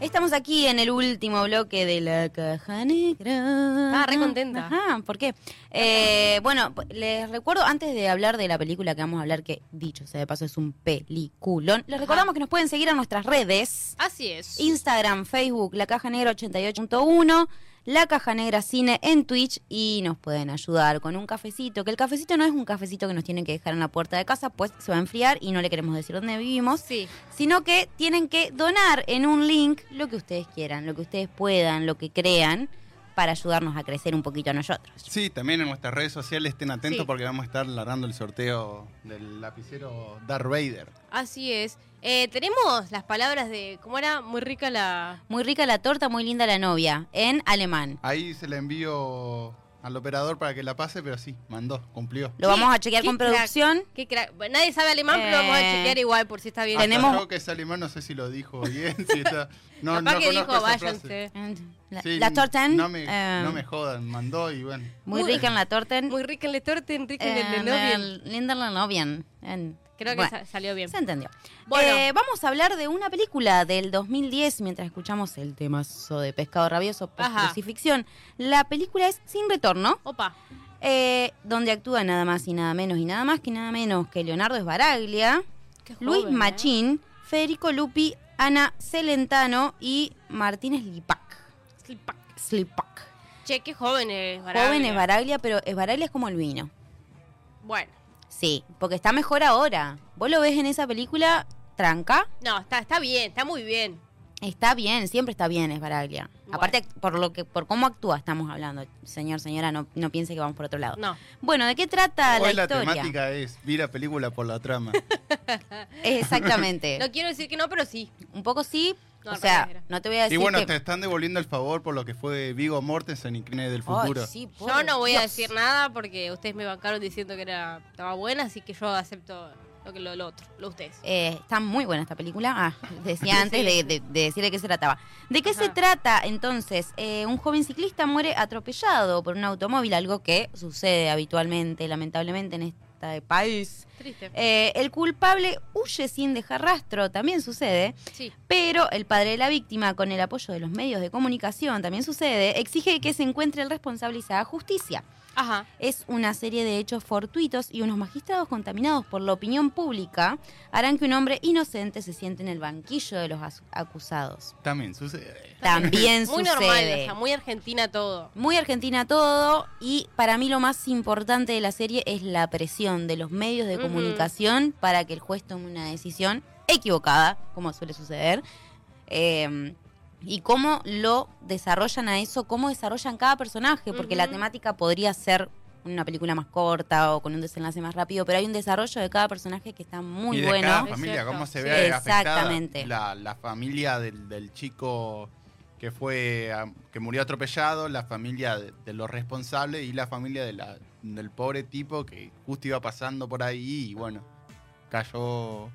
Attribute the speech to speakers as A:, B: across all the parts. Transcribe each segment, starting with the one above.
A: Estamos aquí en el último bloque de la caja negra.
B: Ah, re contenta.
A: Ajá, ¿por qué? Eh, bueno, p- les recuerdo, antes de hablar de la película que vamos a hablar, que dicho sea de paso, es un peliculón. Les recordamos que nos pueden seguir a nuestras redes.
B: Así es.
A: Instagram, Facebook, La Caja Negra 88.1, La Caja Negra Cine en Twitch y nos pueden ayudar con un cafecito, que el cafecito no es un cafecito que nos tienen que dejar en la puerta de casa, pues se va a enfriar y no le queremos decir dónde vivimos,
B: Sí.
A: sino que tienen que donar en un link lo que ustedes quieran, lo que ustedes puedan, lo que crean, para ayudarnos a crecer un poquito a nosotros.
C: Sí, también en nuestras redes sociales estén atentos
B: Sí.
C: porque vamos a estar largando el sorteo del lapicero Darth Vader.
B: Así es. Eh, tenemos las palabras de. ¿Cómo era? Muy rica la.
A: Muy rica la torta, muy linda la novia, en alemán.
C: Ahí se la envío al operador para que la pase, pero sí, mandó, cumplió.
A: Lo vamos a chequear
B: qué
A: con
B: crack.
A: producción.
B: ¿Qué cra- Bueno, Nadie sabe alemán, pero lo vamos a
A: Eh,
B: chequear igual por si está bien.
C: Hasta
A: tenemos-
C: yo que es alemán, no sé si lo dijo bien. si está- no,
B: Capaz
C: no
B: que dijo,
C: conozco esa frase.
B: váyanse.
A: La,
C: Sí,
A: la torten,
C: No me,
A: eh,
C: no me jodan, mandó y bueno.
A: muy
B: Muy-
A: rica en la torten.
B: Muy rica en la torta, Enrique en
A: Eh,
B: el de novio.
A: Linda la novia. En-
B: Creo que
A: bueno,
B: sa- salió bien.
A: se entendió.
B: Bueno.
A: Eh, vamos a hablar de una película del 2010 mientras escuchamos el temazo de Pescado Rabioso por
B: Ajá.
A: crucifixión. La película es Sin Retorno,
B: Opa.
A: eh, donde actúa nada más y nada menos y nada más que nada menos que Leonardo Esbaraglia,
B: qué
A: Luis
B: joven, ¿eh?
A: Machín, Federico Lupi, Ana Celentano y Martínez Lipac.
B: Slipak.
A: Slipak.
B: Che, qué joven es Barabia.
A: Joven Esbaraglia, pero Esbaraglia es como el vino.
B: Bueno.
A: Sí, porque está mejor ahora. Vos lo ves en esa película, tranca.
B: No, está, está bien, está muy bien.
A: Está bien, siempre está bien, es Baraglia.
B: Bueno.
A: Aparte, por lo que, por cómo actúa estamos hablando, señor, señora, no, no piense que vamos por otro lado.
B: No.
A: Bueno, ¿de qué trata
C: Hoy
A: la
C: la
A: historia?
C: temática es, vi la película por la trama.
A: Exactamente.
B: No quiero decir que no, pero sí.
A: Un poco sí,
B: No,
A: o
B: al
A: sea,
B: revés era.
A: no te voy a
C: y
A: decir
C: bueno, este
A: que...
C: te están devolviendo el favor por lo que fue Vigo Mortensen y Crines del
A: Ay,
C: Futuro.
A: sí, por
B: Yo no voy a
A: Dios.
B: decir nada porque ustedes me bancaron diciendo que era, estaba buena, así que yo acepto lo que lo, lo otro, lo ustedes.
A: Eh, está muy buena esta película. Ah, decía antes
B: Sí.
A: de, de- de decir de qué se trataba. ¿De qué se
B: Ajá.
A: trata entonces? Eh, un joven ciclista muere atropellado por un automóvil, algo que sucede habitualmente, lamentablemente, en este país.
B: Triste.
A: Eh, el culpable huye sin dejar rastro, también sucede,
B: Sí.
A: pero el padre de la víctima, con el apoyo de los medios de comunicación, también sucede, exige que se encuentre el responsable y se haga justicia.
B: Ajá.
A: Es una serie de hechos fortuitos y unos magistrados contaminados por la opinión pública harán que un hombre inocente se siente en el banquillo de los as- acusados.
C: También sucede.
A: También
B: Muy
A: sucede.
B: normal, o sea, muy argentina todo.
A: Muy argentina todo y para mí lo más importante de la serie es la presión de los medios de
B: Ujú.
A: comunicación para que el juez tome una decisión equivocada, como suele suceder. Eh, y cómo lo desarrollan a eso, cómo desarrollan cada personaje, porque la
B: Ujú.
A: temática podría ser una película más corta o con un desenlace más rápido, pero hay un desarrollo de cada personaje que está muy
C: y de
A: bueno.
C: cada
B: Es
C: familia,
B: cierto.
C: cómo se
B: Sí.
C: ve afectada.
A: Exactamente.
C: La, la familia del, del chico que fue ah, que murió atropellado, la familia de, de los responsables y la familia de la- del pobre tipo que justo iba pasando por ahí y bueno, cayó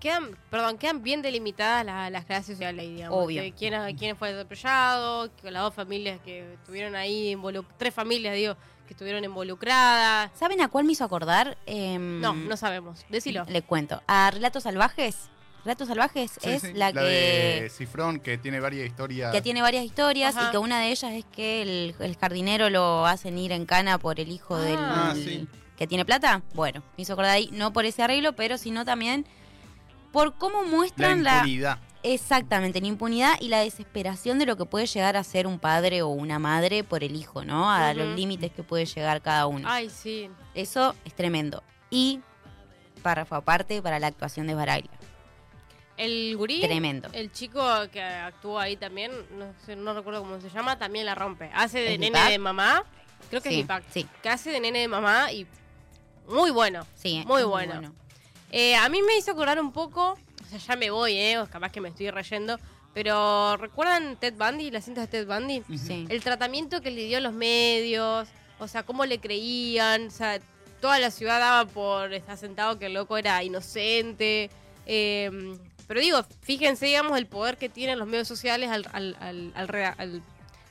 B: Quedan, perdón, quedan bien delimitadas la- las clases sociales, digamos.
A: Obvio.
B: De quién, quién fue atropellado, que las dos familias que estuvieron ahí, involu- tres familias, digo, que estuvieron involucradas.
A: ¿Saben a cuál me hizo acordar? Em,
B: No, no sabemos. Decilo.
A: Le cuento. A Relatos Salvajes. Relatos Salvajes
C: Sí,
A: es
C: sí,
A: la,
C: de
A: que,
C: Cifrón que tiene varias historias.
A: que tiene varias historias
B: Ajá.
A: y que una de ellas es que el, el jardinero lo hacen ir en cana por el hijo del
B: Ah,
C: sí.
A: que tiene plata. Bueno, me hizo acordar ahí, no por ese arreglo, pero sino también por cómo
C: la
A: muestran la,
C: impunidad.
A: exactamente la impunidad y la desesperación de lo que puede llegar a ser un padre o una madre por el hijo, ¿no? A
B: Ujú.
A: los límites que puede llegar cada uno.
B: Ay, sí.
A: Eso es tremendo. Y párrafo aparte para la actuación de Baraglia.
B: El gurí.
A: Tremendo.
B: El chico que actúa ahí también, no, sé, no recuerdo cómo se llama, también la rompe. Hace de
A: ¿Es
B: nene
A: Deepak?
B: de mamá. Creo que
A: Sí,
B: es Deepak.
A: sí.
B: Que hace de nene de mamá y muy bueno.
A: Sí,
B: Muy
A: es
B: bueno. Eh, a mí me hizo acordar un poco, o sea, ya me voy, eh, o capaz que me estoy reyendo, pero ¿recuerdan Ted Bundy, las cintas de Ted Bundy?
A: Sí.
B: El tratamiento que le dio los medios, o sea, cómo le creían, o sea, toda la ciudad daba por estar sentado que el loco era inocente. Eh, pero digo, fíjense, digamos, el poder que tienen los medios sociales al, al- al- al rea- al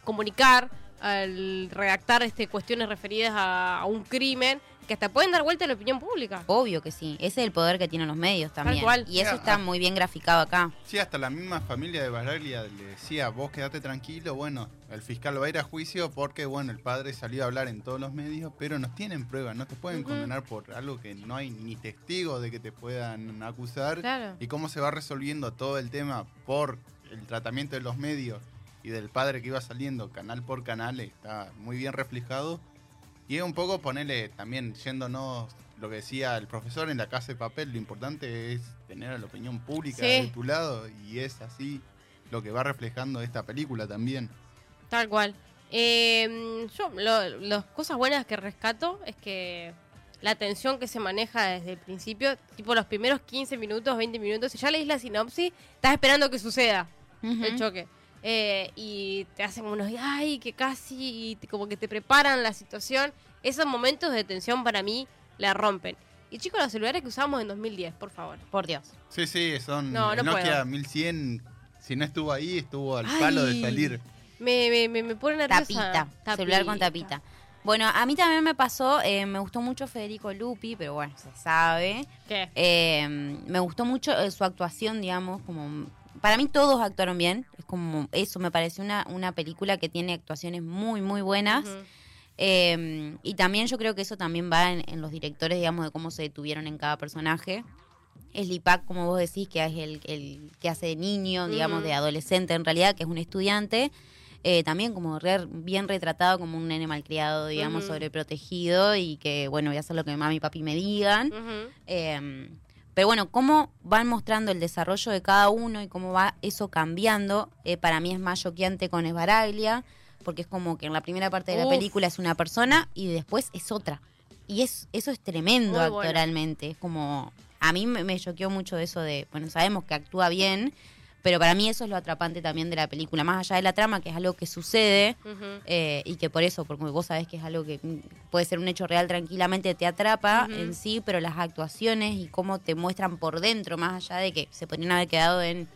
B: comunicar, al redactar este, cuestiones referidas a, a un crimen, que hasta pueden dar vuelta a la opinión pública.
A: Obvio que sí. Ese es el poder que tienen los medios también.
B: cual.
A: Y eso
C: Ya,
A: está
C: ah.
A: muy bien graficado acá.
C: Sí, hasta la misma familia de Baraglia le decía, vos quedate tranquilo, bueno, el fiscal va a ir a juicio porque, bueno, el padre salió a hablar en todos los medios, pero nos tienen pruebas, no te pueden
B: Ujú.
C: condenar por algo que no hay ni testigos de que te puedan acusar.
B: Claro.
C: Y cómo se va resolviendo todo el tema por el tratamiento de los medios y del padre que iba saliendo canal por canal, está muy bien reflejado. Y es un poco ponerle también, yéndonos lo que decía el profesor en la casa de papel, lo importante es tener a la opinión pública
B: Sí.
C: de tu lado y es así lo que va reflejando esta película también.
B: Tal cual. Eh, yo, lo- las cosas buenas que rescato es que la tensión que se maneja desde el principio, tipo los primeros 15 minutos, 20 minutos, si ya leís la sinopsis, estás esperando que suceda el
A: Ujú.
B: choque. Eh, y te hacen unos, ay, que casi, y te- como que te preparan la situación. Esos momentos de tensión para mí la rompen. Y chicos, los celulares que usamos en 2010, por favor.
A: Por Dios.
C: Sí, sí, son
B: No, no
C: el Nokia
B: puedo.
C: 1100. Si no estuvo ahí, estuvo al palo de
B: Ay.
C: salir.
B: Me, me, me, me pone nerviosa.
A: Tapita, Celular con tapita. Bueno, a mí también me pasó, eh, me gustó mucho Federico Lupi, pero bueno, se sabe.
B: ¿Qué?
A: Eh, me gustó mucho eh, su actuación, digamos, como para mí todos actuaron bien. Es como eso, me pareció una, una película que tiene actuaciones muy, muy buenas.
B: Ujú.
A: Eh, y también yo creo que eso también va en, en los directores, digamos, de cómo se detuvieron en cada personaje. Es Lipak, como vos decís, que es el, el que hace de niño, digamos,
B: Ujú.
A: de adolescente en realidad, que es un estudiante. Eh, también como re- bien retratado como un nene malcriado, digamos,
B: Ujú.
A: sobreprotegido y que, bueno, voy a hacer lo que mami y papi me digan.
B: Ujú.
A: Eh, pero bueno, cómo van mostrando el desarrollo de cada uno y cómo va eso cambiando, eh, para mí es más choqueante con Esbaraglia, porque es como que en la primera parte de la
B: Uf.
A: película es una persona y después es otra. Y es, eso es tremendo
B: Muy bueno.
A: actoralmente. Es como. A mí me me choqueó mucho eso de. Bueno, sabemos que actúa bien, pero para mí eso es lo atrapante también de la película. Más allá de la trama, que es algo que sucede,
B: Ujú.
A: eh, y que por eso, porque vos sabés que es algo que mm, puede ser un hecho real tranquilamente, te atrapa
B: Ujú.
A: en sí, pero las actuaciones y cómo te muestran por dentro, más allá de que se podrían haber quedado en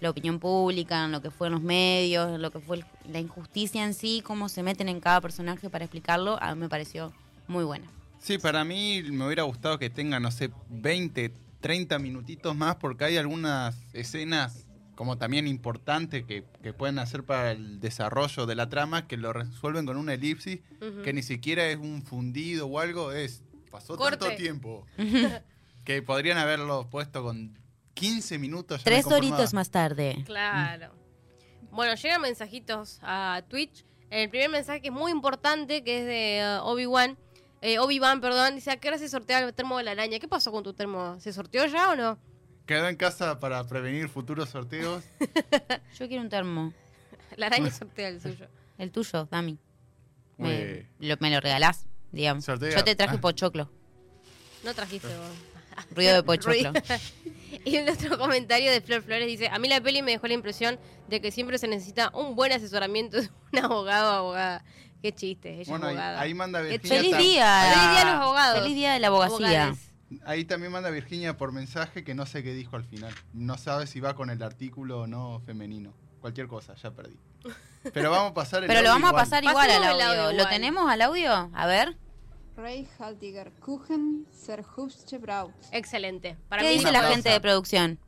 A: la opinión pública, en lo que fue en los medios, en lo que fue el- la injusticia en sí, cómo se meten en cada personaje para explicarlo, a mí me pareció muy buena.
C: Sí, para mí me hubiera gustado que tenga, no sé, 20, 30 minutitos más porque hay algunas escenas como también importantes que, que pueden hacer para el desarrollo de la trama que lo resuelven con una elipsis
B: Ujú.
C: que ni siquiera es un fundido o algo, es pasó
B: Corte.
C: tanto tiempo que podrían haberlo puesto con 15 minutos. ya me
A: Tres
C: conformaba.
A: horitos más tarde.
B: Claro. Bueno, llegan mensajitos a Twitch. El primer mensaje es muy importante, que es de uh, Obi-Wan. Eh, Obi-Wan, perdón, dice, ¿a qué hora se sortea el termo de la araña? ¿Qué pasó con tu termo? ¿Se sorteó ya o no?
C: Quedó en casa para prevenir futuros sorteos.
A: Mm. Yo quiero un termo.
B: La araña sortea el suyo.
A: El tuyo, Dami. Me,
C: Eh,
A: lo, me lo regalás, digamos.
C: Sortea.
A: Yo te traje pochoclo,
B: No trajiste vos.
A: ruido de pochoclo.
B: Y el otro comentario de Flor Flores dice, a mí la peli me dejó la impresión de que siempre se necesita un buen asesoramiento de un abogado o abogada. Qué chiste, ella
C: bueno,
B: es
C: ahí,
B: abogada.
C: ahí manda
B: Qué
C: Virginia.
A: Feliz
C: tam-
A: día.
B: Feliz día a los abogados.
A: Feliz día de la abogacía.
B: Abogados.
C: Ahí también manda Virginia por mensaje que no sé qué dijo al final. No sabe si va con el artículo o no femenino. Cualquier cosa, ya perdí. Pero vamos a pasar el
A: Pero lo
C: audio
A: vamos a
C: igual.
A: pasar igual al
B: Pasemos
A: audio.
B: el audio
A: ¿Lo
B: igual.
A: tenemos al audio? A ver.
D: Rey Haldiger Kuchen, ser Hubsche Braut.
B: Excelente. Para
A: ¿Qué
B: mí
A: dice
C: un
A: la
C: aplauso.
A: gente de producción?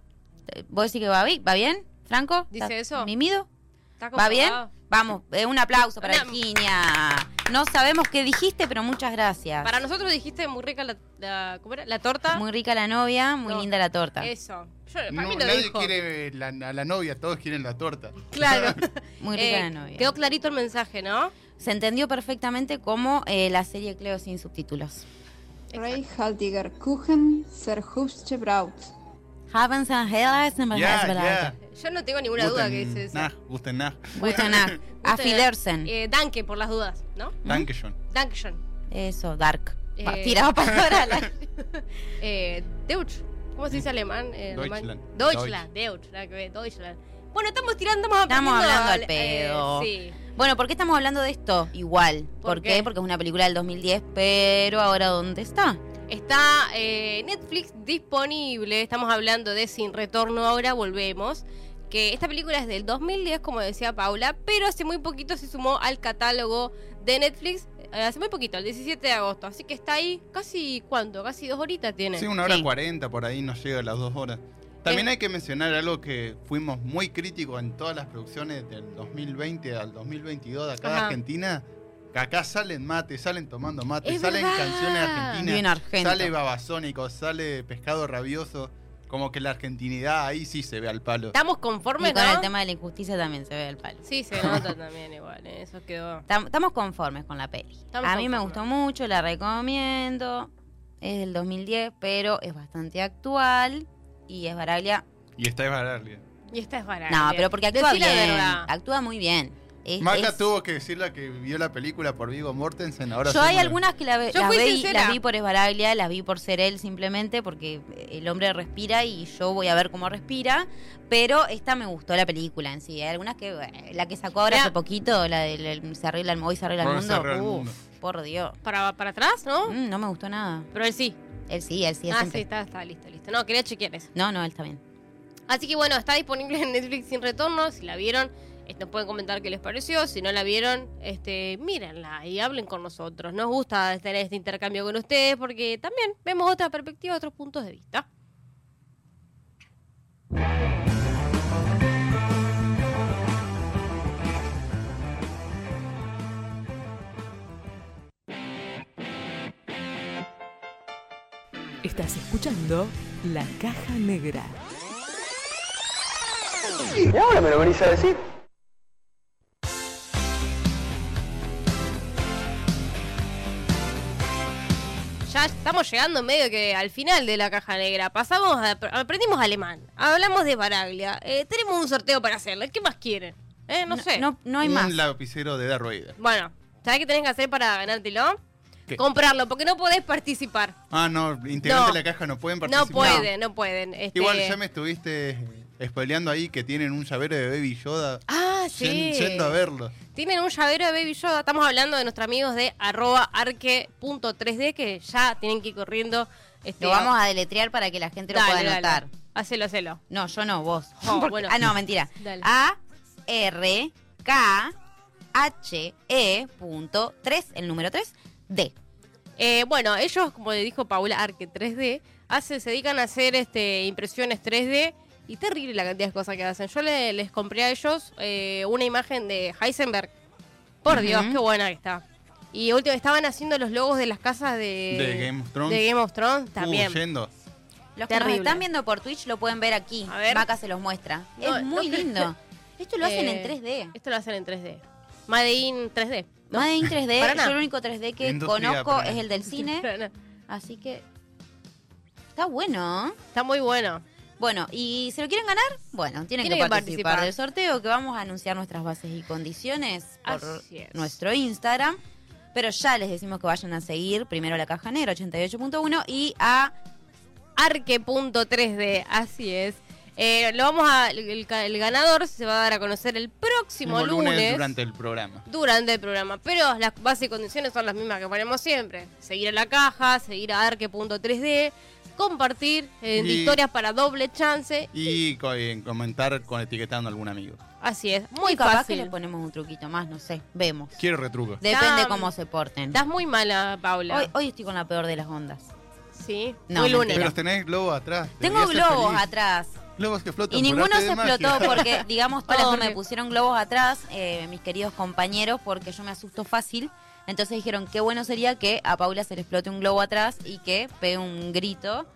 A: ¿Vos decís que va bien? ¿Va bien? ¿Franco?
B: Dice
A: ¿Está
B: eso.
A: ¿Mimido?
B: está
A: ¿Va bien?
B: comprobado.
A: Vamos, eh, un aplauso para
B: Una-
A: Virginia. No sabemos qué dijiste, pero muchas gracias.
B: Para nosotros dijiste muy rica la, la- ¿cómo era? ¿La torta.
A: Muy rica la novia, muy
B: No.
A: linda la torta.
B: Eso. Yo, para
C: No,
B: mí lo
C: nadie
B: dijo.
C: quiere la, a la novia, todos quieren la torta.
B: Claro.
A: Muy rica la
B: Eh,
A: novia.
B: Quedó clarito el mensaje, ¿no?
A: Se entendió perfectamente como eh, la serie Cleo sin subtítulos.
D: Rey Haldiger Kuchen, ser Hubsche Braut.
A: Havens and Hellas en
C: Ya,
A: Verheißbereit.
C: ya.
B: Yo no tengo ninguna duda que dice eso.
C: Nah, gusten nah.
A: Guten Tag. Auf Wiedersehen.
B: Eh, danke por las dudas, ¿no?
C: Danke schön.
B: Dankeschön.
A: Eso, Dark. Pa-
B: Eh.
A: Tiraba palabras. al aire.
B: Eh, Deutsch. ¿Cómo se dice alemán? Eh, alemán.
C: Deutschland.
B: Deutschland. Deutsch. nada que ver, Deutschland. Bueno, estamos tirando, estamos
A: Estamos
B: aprendiendo
A: hablando al pedo.
B: Eh, sí.
A: Bueno, ¿por qué estamos hablando de esto? Igual. ¿Por,
B: ¿Por
A: qué?
B: qué?
A: Porque es una película del 2010, pero ahora ¿dónde está?
B: Está eh, Netflix disponible. Estamos hablando de Sin Retorno ahora, volvemos. Que esta película es del 2010, como decía Paula, pero hace muy poquito se sumó al catálogo de Netflix. eh, hace muy poquito, el 17 de agosto. Así que está ahí casi, ¿cuánto? Casi dos horitas tiene.
C: Sí, una hora
A: Sí.
C: cuarenta, por ahí nos llega a las dos horas. También
B: Eh.
C: hay que mencionar algo que fuimos muy críticos en todas las producciones del 2020 al 2022 de acá de
B: Ajá.
C: Argentina. Que acá salen mate, salen tomando mate,
B: Es
C: salen
B: verdad.
C: canciones
B: Ah.
A: Bien
C: argentinas,
A: argento.
C: sale babasónico, sale pescado rabioso. Como que la argentinidad ahí sí se ve al palo.
B: Estamos
A: Y
B: conformes,
A: con
B: ¿no?
A: el tema de la injusticia también se ve el palo.
B: Sí, se nota también igual. eh, Eso quedó.
A: Tam- Estamos conformes con la peli.
B: Estamos
A: a mí me
B: conformes.
A: gustó mucho, la recomiendo. Es del 2010, pero es bastante actual y es Baraglia.
C: Y está es Baraglia.
B: Y esta es barata.
A: No, pero porque actúa
B: Decí la
A: bien.
B: verdad.
A: Actúa muy bien. Es-
C: Maca
A: es-
C: tuvo que decir la que vio la película por Vigo Mortensen. Ahora
A: Yo
C: sí
A: hay
C: me-
A: algunas que la ve-
B: Yo
A: las,
B: fui
A: vi,
B: sincera.
A: las vi por Esbaraglia, las vi por ser él simplemente, porque el hombre respira y yo voy a ver cómo respira. Pero esta me gustó la película en sí. Hay algunas que. eh, La que sacó ahora
B: Mira.
A: hace poquito, la del el- Se arregla el, Hoy se arregla el
C: Hoy se
A: mundo.
C: arregla el
A: uh,
C: mundo.
A: Por Dios.
B: Para, para atrás, ¿no?
A: Mm, no me gustó nada.
B: Pero él sí.
A: Él sí, él sí es
B: ah,
A: un
B: sí,
A: pe-
B: está, está, listo, listo. No, quería chequear eso.
A: No, no, él está bien.
B: Así que bueno, está disponible en Netflix sin retorno. Si la vieron, eh, nos pueden comentar qué les pareció. Si no la vieron, este, mírenla y hablen con nosotros. Nos gusta tener este intercambio con ustedes porque también vemos otra perspectiva, otros puntos de vista.
E: Estás escuchando La Caja Negra.
F: Y ahora me lo venís a decir.
B: Ya estamos llegando medio que al final de la caja negra. Pasamos, a- aprendimos alemán, hablamos de Baraglia, eh, tenemos un sorteo para hacerlo. ¿Qué más quieren? Eh, no, sé.
A: No, no hay
C: un
A: más.
C: lapicero de Darth Vader.
B: Bueno, ¿sabes qué tenés que hacer para ganártelo?
C: ¿Qué?
B: Comprarlo, porque no podés participar.
C: Ah, no, integrantes
B: No.
C: de la caja no pueden
B: No
C: participar.
B: pueden, no pueden. Este-
C: Igual ya me estuviste eh, spoileando ahí que tienen un llavero de Baby Yoda.
B: Ah, sí.
C: Yen- Yendo a verlo.
B: Tienen un llavero de Baby Yoda. Estamos hablando de nuestros amigos de arroba arque.3D que ya tienen que ir corriendo. Este,
A: Lo vamos a deletrear para que la gente lo
B: Dale,
A: pueda
B: dale.
A: anotar.
B: Hacelo, hacelo.
A: No, yo no, vos.
B: Oh,
A: Porque-
B: bueno.
A: Ah, no, mentira.
B: Dale.
A: A R K H E punto 3, el número 3, D.
B: Eh, bueno, ellos, como le dijo Paula Arque 3D, hace- se dedican a hacer este, impresiones 3D y terrible la cantidad de cosas que hacen. Yo le- les compré a ellos eh, una imagen de Heisenberg. Por
A: Ujú.
B: Dios, qué buena que está. Y último, estaban haciendo los logos de las casas de,
C: De Game of Thrones.
B: de Game of Thrones también.
C: Uh, yendo.
A: Los que nos
B: Terrible.
A: están viendo por Twitch lo pueden ver aquí.
B: A ver.
A: Maca se los muestra.
B: No,
A: es muy
B: no creo.
A: lindo. Esto lo hacen
B: Eh,
A: en 3D.
B: Esto lo hacen en 3D. Made in 3D.
A: Made in 3D,
B: Para nada.
A: yo el único 3D que
C: Industria
A: conozco
C: para nada.
A: es el del cine, así que está bueno.
B: Está muy bueno.
A: Bueno, y si lo quieren ganar, bueno, tienen,
B: Tienen
A: que,
B: que
A: participar,
B: participar.
A: del sorteo que vamos a anunciar nuestras bases y condiciones por
B: Así es.
A: nuestro Instagram. Pero ya les decimos que vayan a seguir primero la caja negra 88.1 y a
B: Arque.3D, así es. Eh, lo vamos a, el, el ganador se va a dar a conocer el próximo
C: Mismo
B: lunes,
C: durante el programa.
B: durante el programa. Pero las bases y condiciones son las mismas que ponemos siempre. Seguir a la caja, seguir a arque.3D, compartir en
C: Y-
B: historias para doble chance.
C: Y co- en comentar con etiquetando a algún amigo.
B: Así es, muy
A: y capaz
B: fácil.
A: que le ponemos un truquito más, no sé, vemos.
C: Quiero retruco.
A: Depende
B: Ya,
A: cómo se porten.
B: Estás muy mala, Paula.
A: Hoy, hoy estoy con la peor de las ondas.
B: sí,
A: No,
B: muy lunes.
A: mentira.
C: Pero tenés globos atrás.
A: Tengo
C: deberías ser
A: globos
C: feliz.
A: atrás.
C: Globos que flotan.
A: Y
C: por
A: ninguno
C: arte
A: se
C: de magia.
A: explotó porque, digamos, todas las que me
B: Pobre.
A: pusieron globos atrás, eh, mis queridos compañeros, porque yo me asusto fácil. Entonces dijeron, qué bueno sería que a Paula se le explote un globo atrás y que pegue un grito.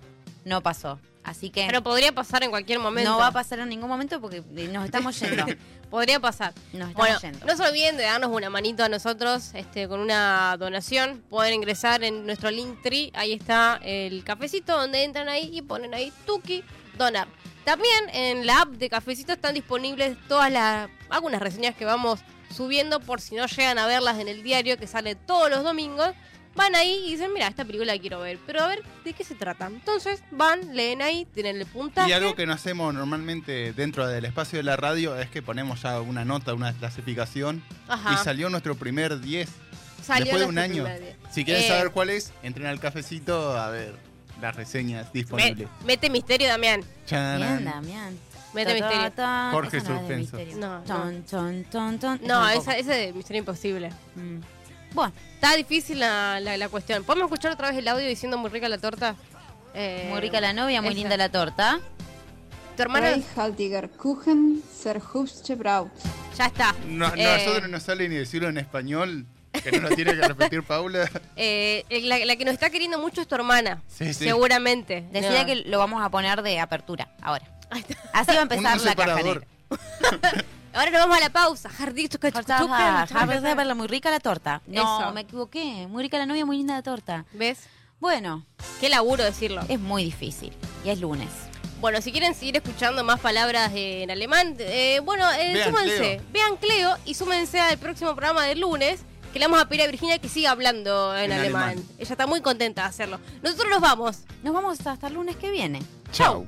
A: No pasó. Así que
B: Pero podría pasar en cualquier momento.
A: no va a pasar en ningún momento porque nos estamos yendo.
B: Podría pasar.
A: Nos estamos
B: Bueno,
A: yendo.
B: no se olviden de darnos una manito a nosotros este, con una donación. Pueden ingresar en nuestro link tree. Ahí está el cafecito donde entran ahí y ponen ahí Tuki Donar. También en la app de Cafecito están disponibles todas las algunas reseñas que vamos subiendo por si no llegan a verlas en el diario que sale todos los domingos. van ahí y dicen, mira, esta película la quiero ver, pero a ver de qué se trata. Entonces van, leen ahí, tienen el puntaje.
C: Y algo que no hacemos normalmente dentro del espacio de la radio es que ponemos ya una nota, una clasificación.
B: Ajá.
C: Y salió nuestro primer 10.
B: Salió
C: después de un
B: nuestro
C: año.
B: primer día.
C: Si quieren
B: Eh.
C: saber cuál es, entren al cafecito a ver las reseñas
B: Me-
C: disponibles.
B: mete misterio, Damián.
C: Chanan.
A: Bien, Damián.
B: Mete
A: Ta, ta,
B: misterio.
A: ta.
C: Jorge
A: Esa no es de
C: Suspenso.
A: misterio.
B: No, no.
A: Ton, ton, ton, ton.
B: No,
A: Esa
B: esa, esa es de Misterio Imposible.
A: tampoco. Mm. Bueno,
B: Está difícil la, la- la cuestión. ¿Podemos escuchar otra vez el audio diciendo muy rica la torta? Eh,
A: muy rica la novia, muy
B: esa.
A: linda la torta.
B: Tu hermana
D: Haltiger Kuchen, Serhubsche Braut.
B: ya está.
C: No, no,
B: Eh,
C: nosotros no sale ni decirlo en español, que no lo tiene que repetir Paula.
B: eh, la, la que nos está queriendo mucho es tu hermana.
C: Sí, sí.
B: Seguramente.
A: Decía
B: No.
A: que lo vamos a poner de apertura ahora. Así va a
C: Un-
A: empezar
C: un
A: la caja
C: separador.
A: negra.
B: Ahora nos vamos a la pausa. Jardito,
A: Cortada, Harvard, Ah, verla muy rica la torta. No,
B: Eso.
A: me equivoqué. Muy rica la novia, muy linda la torta.
B: ¿Ves?
A: Bueno,
B: Qué laburo decirlo.
A: es muy difícil. Y es lunes.
B: Bueno, si quieren seguir escuchando más palabras eh, en alemán, eh, bueno, eh,
C: Vean
B: súmense.
C: Cleo.
B: Vean Cleo y súmense al próximo programa del lunes, que le vamos a pedir a Virginia que siga hablando en,
C: En
B: alemán.
C: alemán.
B: Ella está muy contenta de hacerlo. Nosotros nos vamos.
A: Nos vamos hasta el lunes que viene.
C: Chau.